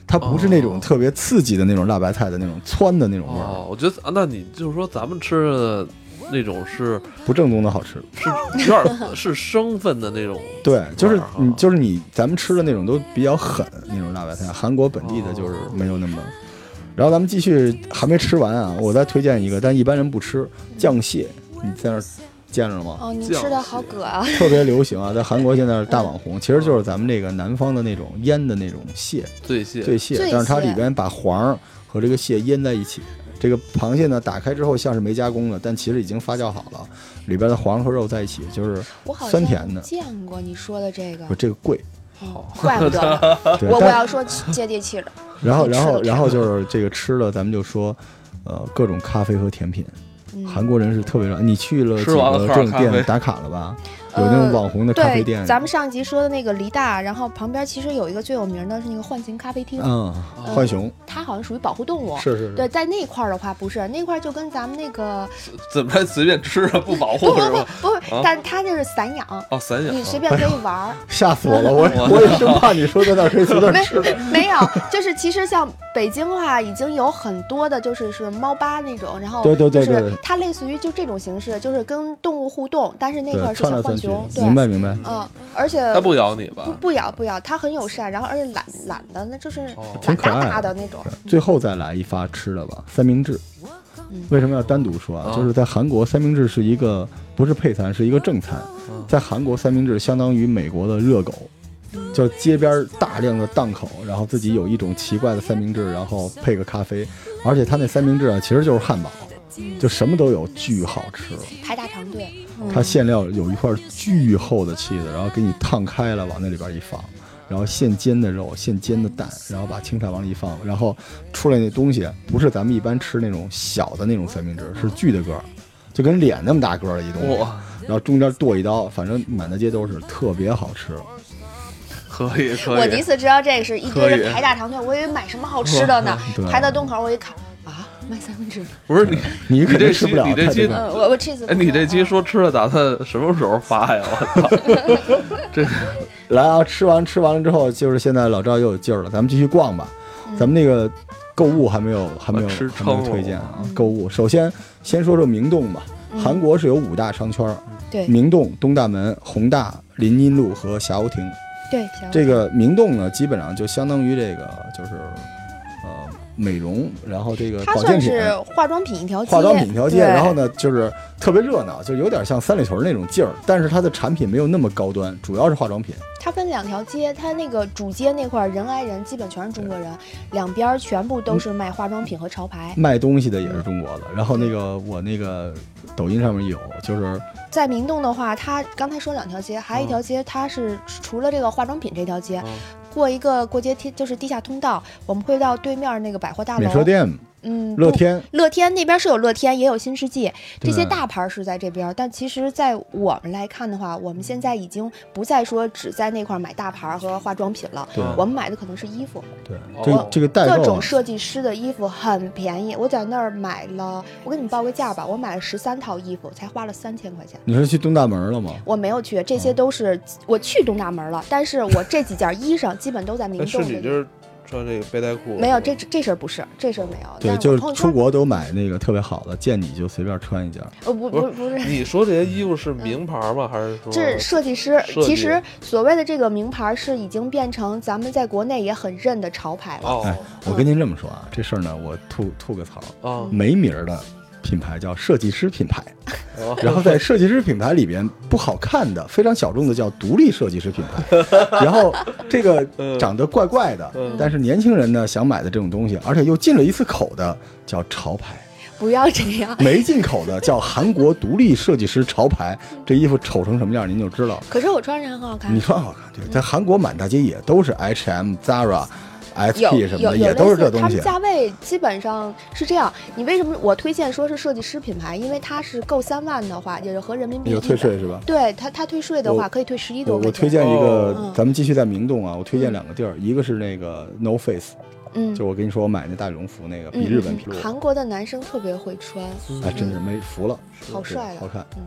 Speaker 1: 它不是那种
Speaker 2: 哦
Speaker 1: 特别刺激的那种辣白菜的那种窜的那种味儿，
Speaker 2: 哦，我觉得啊，那你就是说咱们吃的那种是
Speaker 1: 不正宗的好吃。
Speaker 2: 是有点 儿是生分的那种，
Speaker 1: 对，就是
Speaker 2: 哈
Speaker 1: 你就是你，咱们吃的那种都比较狠那种辣白菜，韩国本地的就是没有那么。然后咱们继续，还没吃完啊，我再推荐一个，但一般人不吃酱蟹，你在那儿见着了吗？
Speaker 3: 哦，你吃的好葛啊！
Speaker 1: 特别流行啊，在韩国现在是大网红，其实就是咱们这个南方的那种腌的那种蟹，
Speaker 2: 醉蟹。
Speaker 1: 醉蟹
Speaker 3: 醉，蟹
Speaker 1: 但是它里边把黄儿和这个蟹腌在一起。这个螃蟹呢，打开之后像是没加工的，但其实已经发酵好了，里边的黄和肉在一起，就是
Speaker 3: 我好
Speaker 1: 酸甜的
Speaker 3: 像见过你说的这个
Speaker 1: 不，这个贵。
Speaker 3: 嗯怪 不得
Speaker 1: 对，
Speaker 3: 我我
Speaker 1: 但
Speaker 3: 要说接地气的，
Speaker 1: 然后，
Speaker 3: 你吃
Speaker 1: 然
Speaker 3: 了
Speaker 1: 后，
Speaker 3: 甜
Speaker 1: 然后
Speaker 3: 吗
Speaker 1: 就是这个吃了，咱们就说，呃，各种咖啡和甜品，
Speaker 3: 嗯，
Speaker 1: 韩国人是特别热爱。你去了几
Speaker 2: 吃完了
Speaker 1: 个
Speaker 2: 喝
Speaker 1: 这
Speaker 2: 点
Speaker 1: 种
Speaker 2: 咖
Speaker 1: 店
Speaker 2: 啡
Speaker 1: 打卡了吧？有
Speaker 3: 呃
Speaker 1: 那种网红的咖啡
Speaker 3: 对，
Speaker 1: 店，
Speaker 3: 咱们上集说的那个梨大，然后旁边其实有一个最有名的是那个幻形咖啡厅，
Speaker 1: 嗯，浣熊
Speaker 3: 它好像属于保护动物。
Speaker 1: 是是
Speaker 3: 哦对，
Speaker 1: 是，
Speaker 3: 在那块儿的话，不是那块儿就跟咱们 那个
Speaker 2: 怎么着随便吃啊，不保
Speaker 3: 不
Speaker 2: 护
Speaker 3: 不
Speaker 2: 是
Speaker 3: 不
Speaker 2: 吧？
Speaker 3: 不是
Speaker 2: 啊，
Speaker 3: 但它这是散养，
Speaker 2: 哦，散养
Speaker 3: 你随便可以玩 儿。
Speaker 1: 吓死我了！ 我我也生怕你说在那儿可以随便吃
Speaker 3: 没 没有，就是其实像北京的话，已经有很多的，就是是猫吧那种，然后
Speaker 1: 对对
Speaker 3: 就
Speaker 1: 对对
Speaker 3: 是
Speaker 1: 对
Speaker 3: 它类似于就这种形式，就是跟动物互动，但是那块
Speaker 1: 对，
Speaker 3: 儿是
Speaker 1: 窜
Speaker 3: 小
Speaker 1: 来
Speaker 3: 浣
Speaker 1: 窜去
Speaker 3: 熊，，对，
Speaker 1: 明白明白。
Speaker 3: 嗯，而且
Speaker 2: 它不咬你吧
Speaker 3: 不？不咬不咬，它很友善，然后而且懒懒的，那就是
Speaker 2: 哦
Speaker 1: 挺
Speaker 3: 懒
Speaker 1: 可
Speaker 3: 大
Speaker 1: 爱
Speaker 3: 大
Speaker 1: 的
Speaker 3: 的那种，
Speaker 1: 最后再来一发吃的吧，三明治
Speaker 3: 嗯。
Speaker 1: 为什么要单独说啊？
Speaker 2: 啊
Speaker 1: 就是在韩国，三明治是一个不是配餐，是一个正餐
Speaker 2: 嗯。
Speaker 1: 在韩国，三明治相当于美国的热狗，叫街边儿大量的档口，然后自己有一种奇怪的三明治，然后配个咖啡，而且它那三明治啊，其实就是汉堡，就什么都有，巨好吃。
Speaker 3: 排大长队。
Speaker 2: 嗯
Speaker 1: 它馅料有一块巨厚的气子，然后给你烫开了，往那里边一放，然后现煎的肉、现煎的蛋，然后把青菜往里一放，然后出来那东西不是咱们一般吃那种小的那种三明治，是巨的个儿，就跟脸那么大个儿的一东西，
Speaker 2: 哇，
Speaker 1: 然后中间剁一刀，反正满大街都是，特别好吃。
Speaker 2: 可以可以。
Speaker 3: 我第一次知道这个是一堆
Speaker 2: 可
Speaker 3: 人
Speaker 2: 以
Speaker 3: 排大长队，我以为买什么好吃的呢
Speaker 1: 对，
Speaker 3: 排到洞口我一看啊，卖三明治，
Speaker 2: 不是你，
Speaker 1: 你肯定
Speaker 2: 这
Speaker 1: 吃
Speaker 2: 期
Speaker 1: 不了，
Speaker 2: 你这
Speaker 1: 太
Speaker 2: 期
Speaker 1: 多了
Speaker 3: 嗯，我我这次
Speaker 2: 哎，你这期说吃的，打算什么时候发呀？我操！
Speaker 1: 来啊，吃完吃完了之后，就是现在老赵又有劲儿了，咱们继续逛吧。
Speaker 3: 嗯
Speaker 1: 咱们那个购物还没有还没有
Speaker 2: 啊吃
Speaker 1: 还没有
Speaker 2: 撑了
Speaker 1: 推荐啊
Speaker 3: 嗯。
Speaker 1: 购物首先先说说明洞吧，
Speaker 3: 嗯
Speaker 1: 韩国是有五大商圈儿，
Speaker 3: 对
Speaker 1: 明洞、东大门、宏大、林荫路和霞欧亭。
Speaker 3: 对行
Speaker 1: 这个明洞呢，基本上就相当于这个就是呃美容，然后这个
Speaker 3: 它
Speaker 1: 保健
Speaker 3: 算
Speaker 1: 品。啊
Speaker 3: 是化妆品一条街，
Speaker 1: 化妆品条街，
Speaker 3: 对
Speaker 1: 然后呢，就是特别热闹，就有点像三里屯那种劲儿，但是它的产品没有那么高端，主要是化妆品。
Speaker 3: 它分两条街，它那个主街那块儿人挨人，基本全是中国人，两边儿全
Speaker 1: 嗯
Speaker 3: 部都是卖化妆品和潮牌。
Speaker 1: 卖东西的也是中国的。然后那个我那个抖音上面有，就是
Speaker 3: 在明洞的话，它刚才说两条街，
Speaker 1: 嗯
Speaker 3: 还有一条街，它是除了这个化妆品这条街，
Speaker 2: 嗯
Speaker 3: 过一个过街梯就是地下通道，我们会到对面那个百货大楼。
Speaker 1: 免税店、
Speaker 3: 嗯，
Speaker 1: 乐
Speaker 3: 不。
Speaker 1: 天，
Speaker 3: 乐天那边是有乐天，也有新世纪，这些
Speaker 1: 对
Speaker 3: 大牌儿是在这边儿。但其实，在我们来看的话，我们现在已经不再说只在那块儿买大牌儿和化妆品了，
Speaker 1: 对
Speaker 3: 我们买的可能是衣服。
Speaker 1: 对，
Speaker 2: 哦
Speaker 1: 这个这个代
Speaker 3: 各
Speaker 1: 购
Speaker 3: 种
Speaker 1: 啊，
Speaker 3: 设计师的衣服很便宜，我在那儿买了，我给你们报个价吧，我买了十三套衣服，才花了三千块钱。
Speaker 1: 你是去东大门了吗？
Speaker 3: 我没有去，
Speaker 1: 嗯
Speaker 3: 这些都是我去东大门了，但是我这几件衣裳基本都在明
Speaker 4: 哎，是
Speaker 3: 洞
Speaker 4: 你
Speaker 3: 的。
Speaker 4: 就是穿这个背带裤，
Speaker 3: 没有这这事儿不是，这事儿没有。
Speaker 1: 对，
Speaker 3: 但
Speaker 1: 就
Speaker 3: 我
Speaker 1: 是
Speaker 3: 朋友
Speaker 1: 出
Speaker 3: 圈，
Speaker 1: 国都买那个特别好的，见你就随便穿一件。
Speaker 4: 哦
Speaker 3: 呃，不不不
Speaker 1: 哦
Speaker 3: 是，
Speaker 4: 你说这些衣服是名牌吗？还是说
Speaker 3: 这是设计师。
Speaker 4: 设计
Speaker 3: 其实所谓的这个名牌是已经变成咱们在国内也很认的潮牌了。
Speaker 4: 哦
Speaker 1: 哎，我跟您这么说啊，这事儿呢，我吐吐个槽，
Speaker 4: 哦
Speaker 2: 嗯
Speaker 1: 没名儿的品牌叫设计师品牌，
Speaker 4: 哦
Speaker 1: 然后在设计师品牌里边不好看的、非常小众的叫独立设计师品牌， 然后这个
Speaker 4: 嗯
Speaker 1: 长得怪怪的
Speaker 4: 嗯，
Speaker 1: 但是年轻人呢想买的这种东西，而且又进了一次口的叫潮牌，
Speaker 3: 不要这样。
Speaker 1: 没进口的叫韩国独立设计师潮牌，这衣服丑成什么样您就知道了。
Speaker 3: 可是我穿上很好看
Speaker 1: 你。穿好看，对，在韩国满大街也都是 H M、Zara、
Speaker 3: 有
Speaker 1: FP 什么
Speaker 3: 有
Speaker 1: 的，
Speaker 3: 有
Speaker 1: 也都是
Speaker 3: 类似
Speaker 1: 这东
Speaker 3: 他们
Speaker 1: 西。啊
Speaker 3: 价位基本上是这样。你为什么我推荐说是设计师品牌？因为它是够三万的话，也就是合人民币
Speaker 1: 有
Speaker 3: 一
Speaker 1: 退
Speaker 3: 百
Speaker 1: 税是吧？
Speaker 3: 对他，他退税的
Speaker 1: 我
Speaker 3: 话可以退十一多
Speaker 1: 我
Speaker 3: 块钱。
Speaker 1: 我推荐一
Speaker 4: 哦
Speaker 1: 个
Speaker 3: 嗯，
Speaker 1: 咱们继续在明洞啊，我推荐两个地儿，一个是那个 No Face，
Speaker 3: 嗯，
Speaker 1: 就我跟你说我买那大羽绒服那个，比
Speaker 3: 嗯
Speaker 1: 日本
Speaker 3: 嗯
Speaker 1: 皮肤
Speaker 3: 嗯，韩国的男生特别会穿，
Speaker 1: 哎，真是没服了，
Speaker 3: 好
Speaker 1: 是
Speaker 3: 帅啊
Speaker 1: 好看，
Speaker 3: 嗯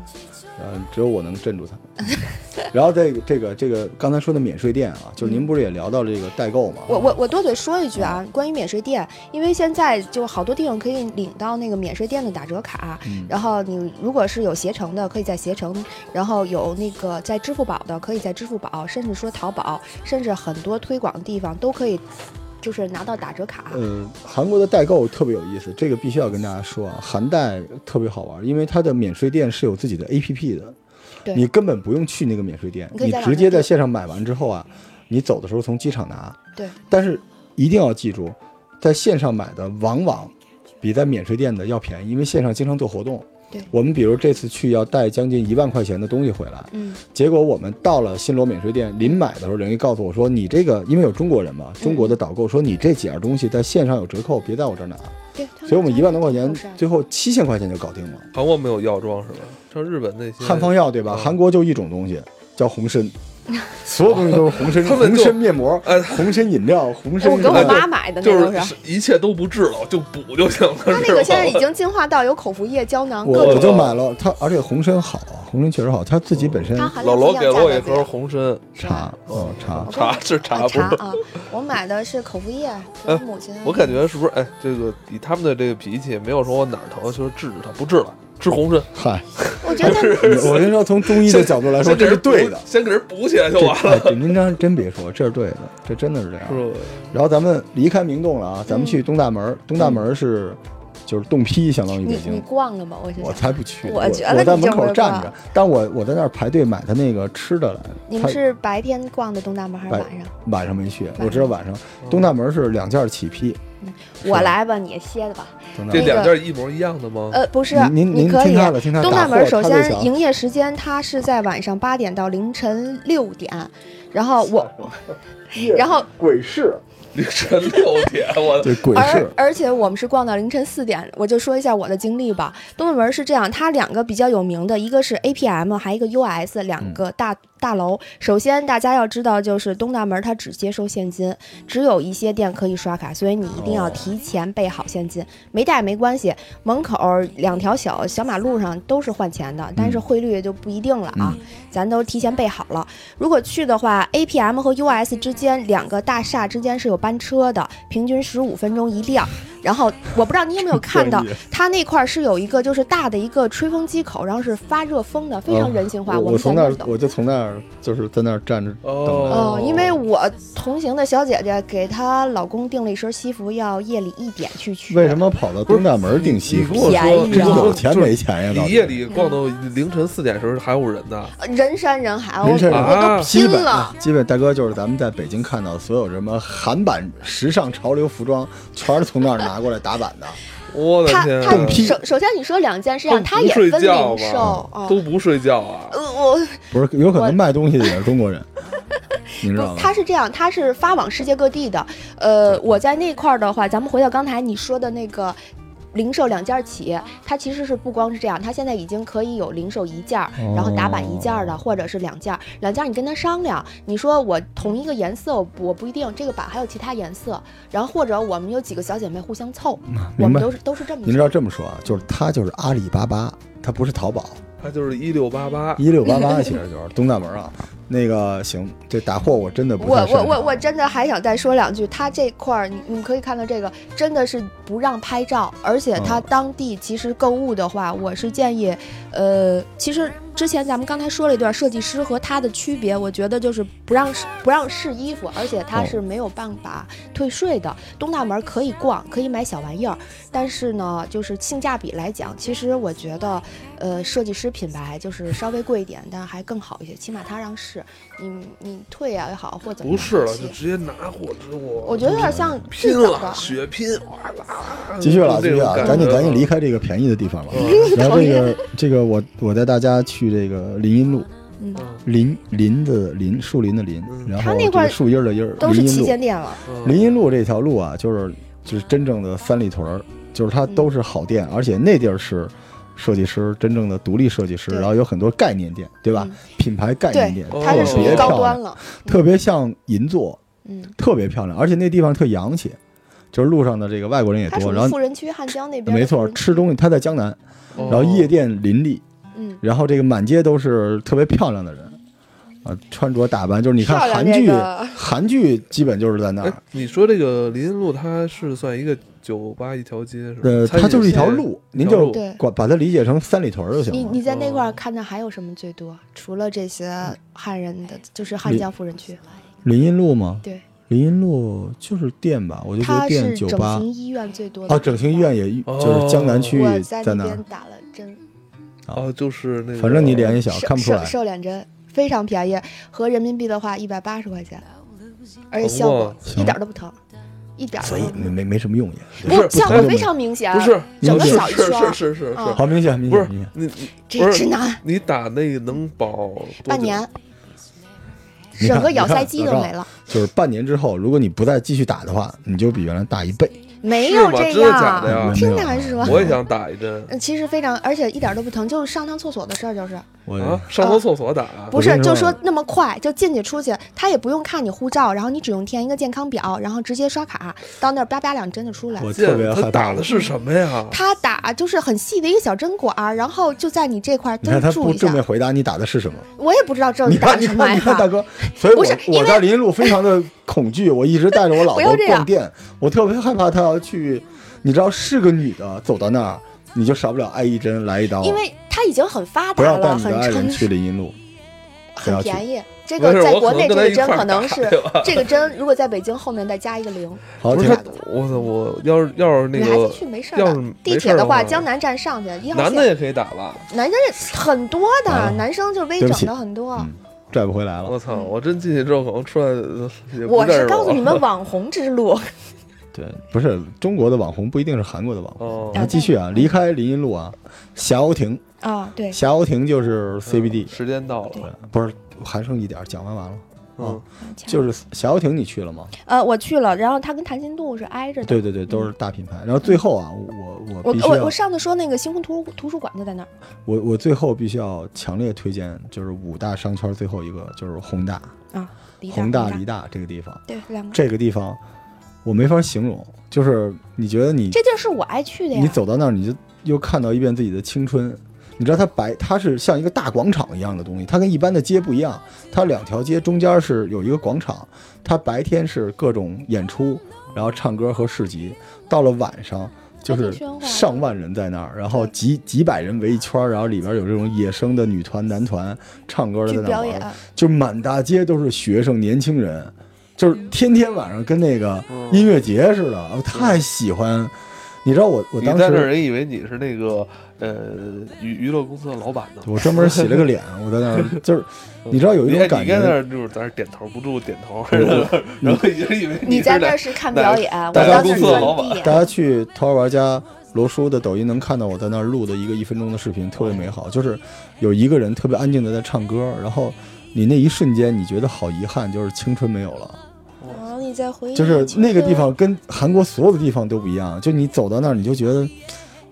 Speaker 1: 嗯，只有我能镇住他们。 然后这个这个这个刚才说的免税店啊，就是您不是也聊到这个代购吗？
Speaker 3: 嗯我我我多嘴说一句啊，关于免税店，因为现在就好多地方可以领到那个免税店的打折卡，
Speaker 1: 嗯
Speaker 3: 然后你如果是有携程的，可以在携程；然后有那个在支付宝的，可以在支付宝，甚至说淘宝，甚至很多推广的地方都可以，就是拿到打折卡。
Speaker 1: 呃，韩国的代购特别有意思，这个必须要跟大家说啊，韩代特别好玩，因为它的免税店是有自己的 APP 的，
Speaker 3: 对
Speaker 1: 你根本不用去那个免税店，
Speaker 3: 你可以
Speaker 1: 你
Speaker 3: 在网
Speaker 1: 直接
Speaker 3: 上
Speaker 1: 在
Speaker 3: 订
Speaker 1: 线上买完之后啊，你走的时候从机场拿。
Speaker 3: 对，
Speaker 1: 但是一定要记住，在线上买的往往比在免税店的要便宜，因为线上经常做活动。
Speaker 3: 对
Speaker 1: 我们比如这次去要带将近一万块钱的东西回来，
Speaker 3: 嗯，
Speaker 1: 结果我们到了新罗免税店，临买的时候，人家告诉我说：“你这个因为有中国人
Speaker 3: 嗯
Speaker 1: 嘛，中国的导购说你这几样东西在线上有折扣，别在我这儿拿。”
Speaker 3: 对。
Speaker 1: 所以我们一万多块钱
Speaker 3: 都是，
Speaker 1: 最后七千块钱就搞定了。
Speaker 4: 韩国没有药妆是吧？像日本那些
Speaker 1: 汉方药对吧？
Speaker 4: 嗯
Speaker 1: 韩国就一种东西叫 红参，所有东西都是红参，
Speaker 4: 他们
Speaker 1: 红
Speaker 4: 就
Speaker 1: 参面膜
Speaker 4: 哎、
Speaker 1: 红参饮料、红参
Speaker 3: 哎我
Speaker 1: 什
Speaker 3: 给
Speaker 1: 么
Speaker 3: 我
Speaker 1: 的。
Speaker 3: 妈买的那
Speaker 4: 就
Speaker 3: 都
Speaker 4: 是
Speaker 3: 是。
Speaker 4: 是一切都不治了，就补就行了。
Speaker 3: 它那个现在 已
Speaker 4: 是吧
Speaker 3: 经进化到有口服液、胶囊各
Speaker 1: 我
Speaker 3: 种
Speaker 1: 我就买了它，而且红参好，啊红参确实好，它自己本身
Speaker 3: 它含
Speaker 4: 老
Speaker 3: 量
Speaker 4: 罗
Speaker 3: 不一
Speaker 4: 给
Speaker 3: 样，
Speaker 4: 了
Speaker 3: 价
Speaker 4: 我
Speaker 3: 格
Speaker 4: 一
Speaker 3: 不一
Speaker 4: 盒
Speaker 3: 样
Speaker 4: 红参
Speaker 1: 茶，哦茶
Speaker 3: 我，
Speaker 4: 茶是茶，
Speaker 3: 啊
Speaker 4: 不
Speaker 3: 茶
Speaker 4: 是。
Speaker 3: 啊，我买的是口服 液，给我母亲。啊
Speaker 4: 我感觉是不是？哎，这个以他们的这个脾气，没有说我哪儿疼，就是治治它，不治了，吃红参。
Speaker 1: 嗨，
Speaker 3: 我觉得
Speaker 1: 我跟你说，从中医的角度来说，
Speaker 4: 先给
Speaker 1: 这
Speaker 4: 人
Speaker 1: 是对的
Speaker 4: 补，。先给人补起来就
Speaker 1: 这
Speaker 4: 完了。
Speaker 1: 哎，您章真别说，这是对的，这真的是这样。
Speaker 4: 是吧
Speaker 1: 然后咱们离开明洞了啊，咱们
Speaker 3: 嗯
Speaker 1: 去东大门儿。东大门儿是就是洞批，相当于
Speaker 3: 你
Speaker 1: 北
Speaker 3: 你
Speaker 1: 京。
Speaker 3: 逛了吗？我是
Speaker 1: 我
Speaker 3: 想
Speaker 1: 才不去呢，
Speaker 3: 我
Speaker 1: 我
Speaker 3: 觉得
Speaker 1: 我在
Speaker 3: 你
Speaker 1: 门
Speaker 3: 就
Speaker 1: 口
Speaker 3: 会
Speaker 1: 站
Speaker 3: 逛
Speaker 1: 着，但我我在那儿排队买他那个吃的
Speaker 3: 你
Speaker 1: 来。
Speaker 3: 们
Speaker 1: 他
Speaker 3: 是白天逛的东大门还是
Speaker 1: 白
Speaker 3: 晚上？
Speaker 1: 晚上没去，
Speaker 3: 上
Speaker 1: 我知道晚上东大门是两件儿起批。是
Speaker 3: 我
Speaker 1: 吧
Speaker 3: 来吧，你歇着吧。
Speaker 1: 东大
Speaker 4: 这
Speaker 1: 门
Speaker 3: 那个
Speaker 4: 两件一模一样的吗？
Speaker 3: 呃，不是，
Speaker 1: 哦您您
Speaker 3: 你
Speaker 1: 您
Speaker 3: 可以
Speaker 1: 听。他的，听他
Speaker 3: 东
Speaker 1: 打
Speaker 3: 大
Speaker 1: 货
Speaker 3: 门首
Speaker 1: 他就
Speaker 3: 先
Speaker 1: 想
Speaker 3: 营业时间它是在晚上八点到凌晨六点，然后 我，然后
Speaker 1: 鬼市，
Speaker 4: 凌晨六点，我
Speaker 1: 对鬼市
Speaker 3: 而，而且我们是逛到凌晨四点，我就说一下我的经历吧。东大门是这样，它两个比较有名的，一个是 APM，还有一个 US，两
Speaker 1: 嗯
Speaker 3: 个大、大楼。首先大家要知道，就是东大门它只接收现金，只有一些店可以刷卡，所以你一定要
Speaker 1: 哦
Speaker 3: 提前备好现金，没带没关系。门口两条小小马路上都是换钱的，
Speaker 1: 嗯
Speaker 3: 但是汇率就不一定了啊，咱都提前备好了。如果去的话，APM 和 US 之间两个大厦之间是有班车的，平均十五分钟一辆。然后我不知道你有没有看 到
Speaker 1: 专业，
Speaker 3: 它那块儿是有一个就是大的一个吹风机口，然后是发热风的，非常
Speaker 1: 嗯
Speaker 3: 人性化。
Speaker 1: 我
Speaker 3: 们
Speaker 1: 从
Speaker 3: 在
Speaker 1: 那
Speaker 3: 那
Speaker 1: 儿
Speaker 3: 儿等。
Speaker 1: 我就从那儿就是在那儿站着等着。
Speaker 4: 哦
Speaker 3: 嗯，因为我同行的小姐姐给她老公订了一身西服，要夜里一点去取。
Speaker 1: 为什？么跑到东大门订西
Speaker 4: 你跟我
Speaker 1: 服？
Speaker 3: 便宜
Speaker 4: 说，
Speaker 3: 啊
Speaker 4: 你
Speaker 1: 这
Speaker 4: 跟我
Speaker 1: 有
Speaker 4: 说
Speaker 1: 钱没钱呀？到
Speaker 4: 你
Speaker 1: 底
Speaker 4: 夜里逛到凌晨四点的时候还有人呢，
Speaker 3: 人山人海，我
Speaker 1: 您这
Speaker 4: 啊
Speaker 3: 我都
Speaker 1: 基
Speaker 3: 拼
Speaker 1: 本
Speaker 3: 了。
Speaker 1: 基本大哥就是咱们在北京看到的所有什么韩版时尚潮流服装，全是从那儿拿过来打 版的。
Speaker 4: 我的
Speaker 3: 她
Speaker 4: 天啊，
Speaker 3: 她
Speaker 1: 动批
Speaker 3: 首首先你说两件事
Speaker 4: 都
Speaker 3: 情，
Speaker 4: 不
Speaker 3: 她也
Speaker 4: 睡
Speaker 3: 分
Speaker 4: 觉
Speaker 3: 零售
Speaker 4: 吧。
Speaker 3: 嗯
Speaker 4: 都不睡觉啊，
Speaker 3: 呃，我
Speaker 1: 不是，有可能卖东西的也是中国人， 你知道
Speaker 3: 不，
Speaker 1: 吗？
Speaker 3: 它是这样，它是发往世界各地的。呃，我在那块儿的话，咱们回到刚才你说的那个。零售两件儿起，它其实是不光是这样，它现在已经可以有零售一件儿，然后打版一件儿
Speaker 1: 哦
Speaker 3: 的，或者是两件儿。两件儿你跟他商量，你说我同一个颜色，我不我不一定这个版还有其他颜色，然后或者我们有几个小姐妹互相凑，
Speaker 1: 明白
Speaker 3: 我们都是都是这么
Speaker 1: 您
Speaker 3: 着
Speaker 1: 知道这么说啊，就是他就是阿里巴巴，他不是淘宝，
Speaker 4: 它就是一六八八，
Speaker 1: 一六八八其实就是东大门啊。那个行，这打货我真的不
Speaker 3: 我
Speaker 1: 太
Speaker 3: 我
Speaker 1: 擅
Speaker 3: 我
Speaker 1: 长。
Speaker 3: 我真的还想再说两句，他这块儿你你们可以看到，这个真的是不让拍照，而且他
Speaker 1: 嗯
Speaker 3: 当地其实购物的话，我是建议，呃，其实之前咱们刚才说了一段设计师和他的区别，我觉得就是不让试不让试衣服，而且他
Speaker 1: 哦
Speaker 3: 是没有办法退税的。东大门可以逛，可以买小玩意儿，但是呢，就是性价比来讲，其实我觉得，呃，设计师品牌就是稍微贵一点，但还更好一些，起码他让试。你你退啊呀、也好，或怎么
Speaker 4: 不
Speaker 3: 样
Speaker 4: 是了，
Speaker 3: 也
Speaker 4: 就
Speaker 3: 行
Speaker 4: 直接拿货之我
Speaker 3: 我觉得有点像最
Speaker 4: 拼
Speaker 3: 早
Speaker 4: 了，
Speaker 3: 的。
Speaker 4: 血拼，哇啦！
Speaker 1: 继续了，继
Speaker 4: 这种
Speaker 1: 续了，
Speaker 4: 感
Speaker 1: 赶紧
Speaker 4: 觉啊
Speaker 1: 赶紧离开这个便宜的地方 了。
Speaker 4: 嗯
Speaker 1: 然后这个这个我我带大家去这个林荫路，
Speaker 3: 嗯，
Speaker 4: 嗯
Speaker 1: 林林的林，树林的林，
Speaker 4: 嗯
Speaker 1: 然
Speaker 3: 它
Speaker 1: 后
Speaker 3: 那
Speaker 1: 这
Speaker 3: 块儿
Speaker 1: 个树荫儿的荫儿，
Speaker 3: 都是
Speaker 1: 林荫
Speaker 3: 旗
Speaker 1: 路。
Speaker 3: 舰店了，
Speaker 4: 嗯
Speaker 1: 林荫路这条路啊，就是就是真正的三里屯儿，就是它
Speaker 3: 嗯
Speaker 1: 都是好店，而且那地儿是设计师真正的独立设计师，
Speaker 3: 对
Speaker 1: 然后有很多概念店，对吧？
Speaker 3: 嗯
Speaker 1: 品牌概念店
Speaker 4: 对
Speaker 3: 它是
Speaker 1: 特
Speaker 3: 属
Speaker 1: 别
Speaker 3: 于
Speaker 1: 漂
Speaker 3: 高端嗯
Speaker 1: 亮，
Speaker 3: 了。
Speaker 1: 特别像银座，
Speaker 3: 嗯，
Speaker 1: 特别漂亮，而且那地方特洋气，就是路上的这个外国人也
Speaker 3: 它
Speaker 1: 多，
Speaker 3: 属
Speaker 1: 然
Speaker 3: 于
Speaker 1: 后
Speaker 3: 富人区汉江那边。
Speaker 1: 没错，吃东西它在江南，
Speaker 4: 哦
Speaker 1: 然后夜店林立，
Speaker 3: 嗯，
Speaker 1: 然后这个满街都是特别漂亮的人，啊，穿着打扮就是你看
Speaker 3: 漂亮
Speaker 1: 韩
Speaker 3: 这
Speaker 1: 剧，
Speaker 3: 个
Speaker 1: 韩剧基本就是在那
Speaker 4: 哎
Speaker 1: 儿，，
Speaker 4: 你说这个林荫路，它是算一个酒吧一条街是吧？
Speaker 1: 呃，
Speaker 4: 餐饮
Speaker 1: 它就是一条
Speaker 4: 街
Speaker 1: 路，您
Speaker 4: 条
Speaker 1: 就
Speaker 4: 路
Speaker 3: 对
Speaker 1: 管把它理解成三里屯儿就行
Speaker 3: 你
Speaker 1: 了。
Speaker 3: 你在那块儿看的还有什么最多？除了这些汉人的，就是汉江富人区，
Speaker 1: 林荫路吗？
Speaker 3: 对，
Speaker 1: 林荫路就是店吧，我就觉
Speaker 3: 它
Speaker 1: 得店
Speaker 3: 是
Speaker 1: 酒
Speaker 3: 整
Speaker 1: 吧
Speaker 3: 形医院最多的。
Speaker 1: 啊，整形医院也就是江南区
Speaker 3: 我在
Speaker 1: 在
Speaker 3: 那
Speaker 1: 那儿
Speaker 3: 边，打了针，
Speaker 4: 哦，就是那个，
Speaker 1: 反正你脸一小
Speaker 3: 瘦
Speaker 1: 看不出
Speaker 3: 瘦
Speaker 1: 来。
Speaker 3: 瘦脸针非常便宜，合人民币的话一百八十块钱，而且效
Speaker 4: 哇
Speaker 3: 果
Speaker 1: 行
Speaker 3: 一点儿都不疼，一点儿都
Speaker 1: 所以
Speaker 3: 不
Speaker 1: 没
Speaker 3: 疼
Speaker 1: 没没什么用也。对
Speaker 4: 不是
Speaker 1: 吧
Speaker 3: 不效果非常明显，
Speaker 4: 不是
Speaker 3: 整个
Speaker 1: 不是
Speaker 3: 小一
Speaker 4: 是
Speaker 3: 圈
Speaker 4: 是
Speaker 3: 儿，
Speaker 4: 是是是
Speaker 3: 嗯，
Speaker 1: 好明显，明
Speaker 4: 不是
Speaker 1: 显明显。
Speaker 4: 你你
Speaker 3: 这直男
Speaker 4: 你打那个能保多久
Speaker 3: 半年，
Speaker 1: 你看
Speaker 3: 整个咬腮肌都
Speaker 1: 你看
Speaker 3: 没了，
Speaker 1: 就是半年之后，如果你不再继续打的话，你就比原来大一倍。
Speaker 3: 没
Speaker 4: 是
Speaker 3: 有
Speaker 4: 吗
Speaker 3: 这
Speaker 4: 真的假的哎
Speaker 3: 样。
Speaker 4: 呀
Speaker 1: 没有
Speaker 3: 听他说
Speaker 4: 我也想打一针
Speaker 3: 嗯其实非常，而且一点儿都不疼，就是上趟厕所的事儿，就是
Speaker 1: 我
Speaker 4: 啊，上趟厕所打啊
Speaker 3: 不是
Speaker 1: 跟你
Speaker 3: 就
Speaker 1: 说
Speaker 3: 说那么快就进去出去，他也不用看你护照，然后你只用填一个健康表，然后直接刷卡到那儿叭叭两针就出来了。
Speaker 1: 我
Speaker 4: 见
Speaker 1: 特别害
Speaker 4: 他
Speaker 1: 怕
Speaker 4: 打的是什么呀？
Speaker 3: 他打就是很细的一个小针管儿，然后就在你这块儿
Speaker 1: 你看
Speaker 3: 真
Speaker 1: 他
Speaker 3: 注
Speaker 1: 不
Speaker 3: 意一
Speaker 1: 正
Speaker 3: 下
Speaker 1: 面。回答你打的是什么？
Speaker 3: 我也不知道这
Speaker 1: 你
Speaker 3: 是打
Speaker 1: 看，
Speaker 3: 的
Speaker 1: 你
Speaker 3: 什么
Speaker 1: 看，
Speaker 3: 玩
Speaker 1: 你
Speaker 3: 意
Speaker 1: 看，大
Speaker 3: 儿。
Speaker 1: 哥，所以我
Speaker 3: 不是因
Speaker 1: 我
Speaker 3: 为
Speaker 1: 在林荫路非常的恐惧，我一直带着我老
Speaker 3: 不要
Speaker 1: 婆
Speaker 3: 这样
Speaker 1: 逛店，我特别害怕她要去，你知道是个女的走到那儿，你就少不了挨一针来一刀，
Speaker 3: 因为它已经很发
Speaker 1: 不
Speaker 3: 达
Speaker 1: 要带
Speaker 3: 了，
Speaker 1: 你
Speaker 3: 很
Speaker 1: 的爱人
Speaker 3: 成
Speaker 1: 去林荫路，不
Speaker 3: 很
Speaker 1: 要去
Speaker 3: 便宜。这
Speaker 4: 不
Speaker 3: 个
Speaker 4: 是
Speaker 3: 在
Speaker 4: 我
Speaker 3: 国
Speaker 4: 可能
Speaker 3: 内这
Speaker 4: 跟他
Speaker 3: 个
Speaker 4: 一
Speaker 3: 针
Speaker 4: 块儿
Speaker 3: 可能
Speaker 4: 打
Speaker 3: 是
Speaker 4: 对吧
Speaker 3: 这个针，如果在北京后面再加一个零，
Speaker 1: 好
Speaker 4: 不是
Speaker 1: 挺
Speaker 4: 他
Speaker 3: 价格，
Speaker 4: 我操我要是要是那
Speaker 3: 女孩
Speaker 4: 个
Speaker 3: 子去没事儿
Speaker 4: 要是
Speaker 3: 的。
Speaker 4: 没
Speaker 3: 地
Speaker 4: 事儿
Speaker 3: 铁的话，
Speaker 4: 话，
Speaker 3: 江南站上去一号
Speaker 4: 男
Speaker 3: 线，
Speaker 4: 的也可以打吧？
Speaker 3: 男生是很多的，
Speaker 1: 完了
Speaker 3: 男生就是微
Speaker 1: 对
Speaker 3: 整
Speaker 1: 不起
Speaker 3: 的很多。
Speaker 1: 嗯拽不回来了。
Speaker 4: 我操！我真进去之后可能出来呃也不
Speaker 3: 我
Speaker 4: 认识
Speaker 3: 是告诉你们网红之路，
Speaker 1: 对，不是中国的网红不一定是韩国的网红。
Speaker 4: 哦
Speaker 1: 然后继续啊，离开林荫路啊，霞欧亭，
Speaker 3: 啊，对，
Speaker 1: 霞欧亭就是 CBD，
Speaker 4: 嗯时间到了，
Speaker 1: 对啊不是还剩一点儿，讲完完了，
Speaker 4: 嗯，
Speaker 1: 就是霞欧亭你去了吗？
Speaker 3: 呃，我去了，然后它跟谭鑫度是挨着的。
Speaker 1: 对对对，都是大品牌。然后最后啊，嗯我
Speaker 3: 我
Speaker 1: 我必须
Speaker 3: 我
Speaker 1: 要
Speaker 3: 我上次说那个星空图图书馆就在那儿，
Speaker 1: 我我最后必须要强烈推荐，就是五大商圈最后一个就是宏大，
Speaker 3: 离
Speaker 1: 宏大
Speaker 3: 离
Speaker 1: 梨大这个地方，
Speaker 3: 对两个，
Speaker 1: 这个地方我没法形容，就是你觉得你
Speaker 3: 这地儿是我爱去的呀。
Speaker 1: 你走到那儿，你就又看到一遍自己的青春。你知道它白，它是像一个大广场一样的东西，它跟一般的街不一样，它两条街中间是有一个广场，它白天是各种演出，然后唱歌和市集，到了晚上就
Speaker 3: 还
Speaker 1: 是
Speaker 3: 挺喧哗的
Speaker 1: 上万人在那儿，然后
Speaker 3: 对
Speaker 1: 几几百人围一圈儿，然后里边有这种野生的女团、男团唱歌的
Speaker 3: 去
Speaker 1: 在那儿
Speaker 3: 表
Speaker 1: 玩
Speaker 3: 演
Speaker 1: 儿，，就满大街都是学生、年轻人，就是天天晚上跟那个
Speaker 4: 嗯
Speaker 1: 音乐节似的，我太喜欢。你知道我我
Speaker 4: 你
Speaker 1: 当
Speaker 4: 在那儿
Speaker 1: 时
Speaker 4: 人以为你是那个呃娱娱乐公司的老板呢。
Speaker 1: 我专门洗了个脸，我在 那儿就是，你知道有一
Speaker 4: 你
Speaker 1: 种
Speaker 4: 看嗯你在
Speaker 1: 感
Speaker 4: 那
Speaker 1: 觉，
Speaker 4: 儿就是在那儿点头不住点头，
Speaker 1: 对
Speaker 4: 然
Speaker 1: 对
Speaker 4: 后然后一直以为
Speaker 3: 你
Speaker 4: 是
Speaker 3: 在那
Speaker 4: 哪
Speaker 3: 儿是看表演，我
Speaker 1: 大家
Speaker 3: 到
Speaker 1: 公
Speaker 3: 那儿
Speaker 1: 司的
Speaker 4: 老板
Speaker 3: 转地
Speaker 1: 大。家去淘玩家罗叔的抖音能看到我在那儿录的一个一分钟的视频，特别美好。就是有一个人特别安静的在唱歌，然后你那一瞬间你觉得好遗憾，就是青春没有了。
Speaker 3: 然后哦你再回忆
Speaker 1: 就是
Speaker 3: 青
Speaker 1: 那个
Speaker 3: 春
Speaker 1: 地方跟韩国所有的地方都不一样，就你走到那儿，你就觉得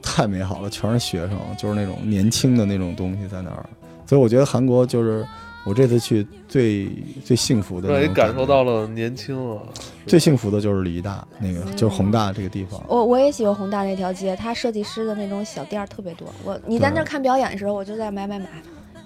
Speaker 1: 太美好了，全是学生，就是那种年轻的那种东西在那儿。所以我觉得韩国就是我这次去最最幸福的那
Speaker 4: 让
Speaker 1: 种
Speaker 4: 你感
Speaker 1: 觉
Speaker 4: 受到了年轻了。
Speaker 1: 最幸福的就是梨大那个，就是宏大这个地方。
Speaker 3: 我我也喜欢宏大那条街，它设计师的那种小店儿特别多。我你在那儿看表演的时候，我就在买买买，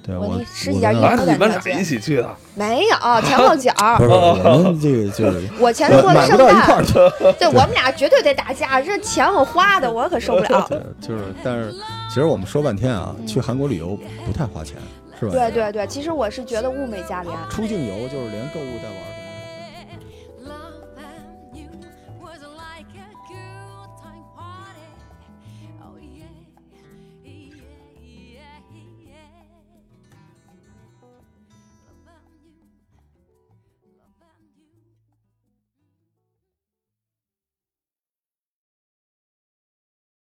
Speaker 1: 对
Speaker 3: 我
Speaker 1: 我
Speaker 3: 那十几
Speaker 1: 我
Speaker 3: 家
Speaker 1: 在
Speaker 3: 嗯
Speaker 1: 那
Speaker 4: 啊，
Speaker 1: 儿
Speaker 4: 你们俩一起去的？
Speaker 3: 没有前后脚。
Speaker 1: 不是我们这个就是
Speaker 3: 我前
Speaker 1: 呃
Speaker 3: 头
Speaker 1: 买
Speaker 3: 圣
Speaker 1: 不到一块
Speaker 3: 诞，
Speaker 1: 儿去，
Speaker 3: 对我们俩绝对得打架，这钱我花的，我可受不了。
Speaker 1: 对，就是但是其实我们说半天啊，去
Speaker 3: 嗯
Speaker 1: 韩国旅游不太花钱，是吧？
Speaker 3: 对对对，其实我是觉得物美价廉。
Speaker 1: 出境游就是连购物带玩儿都。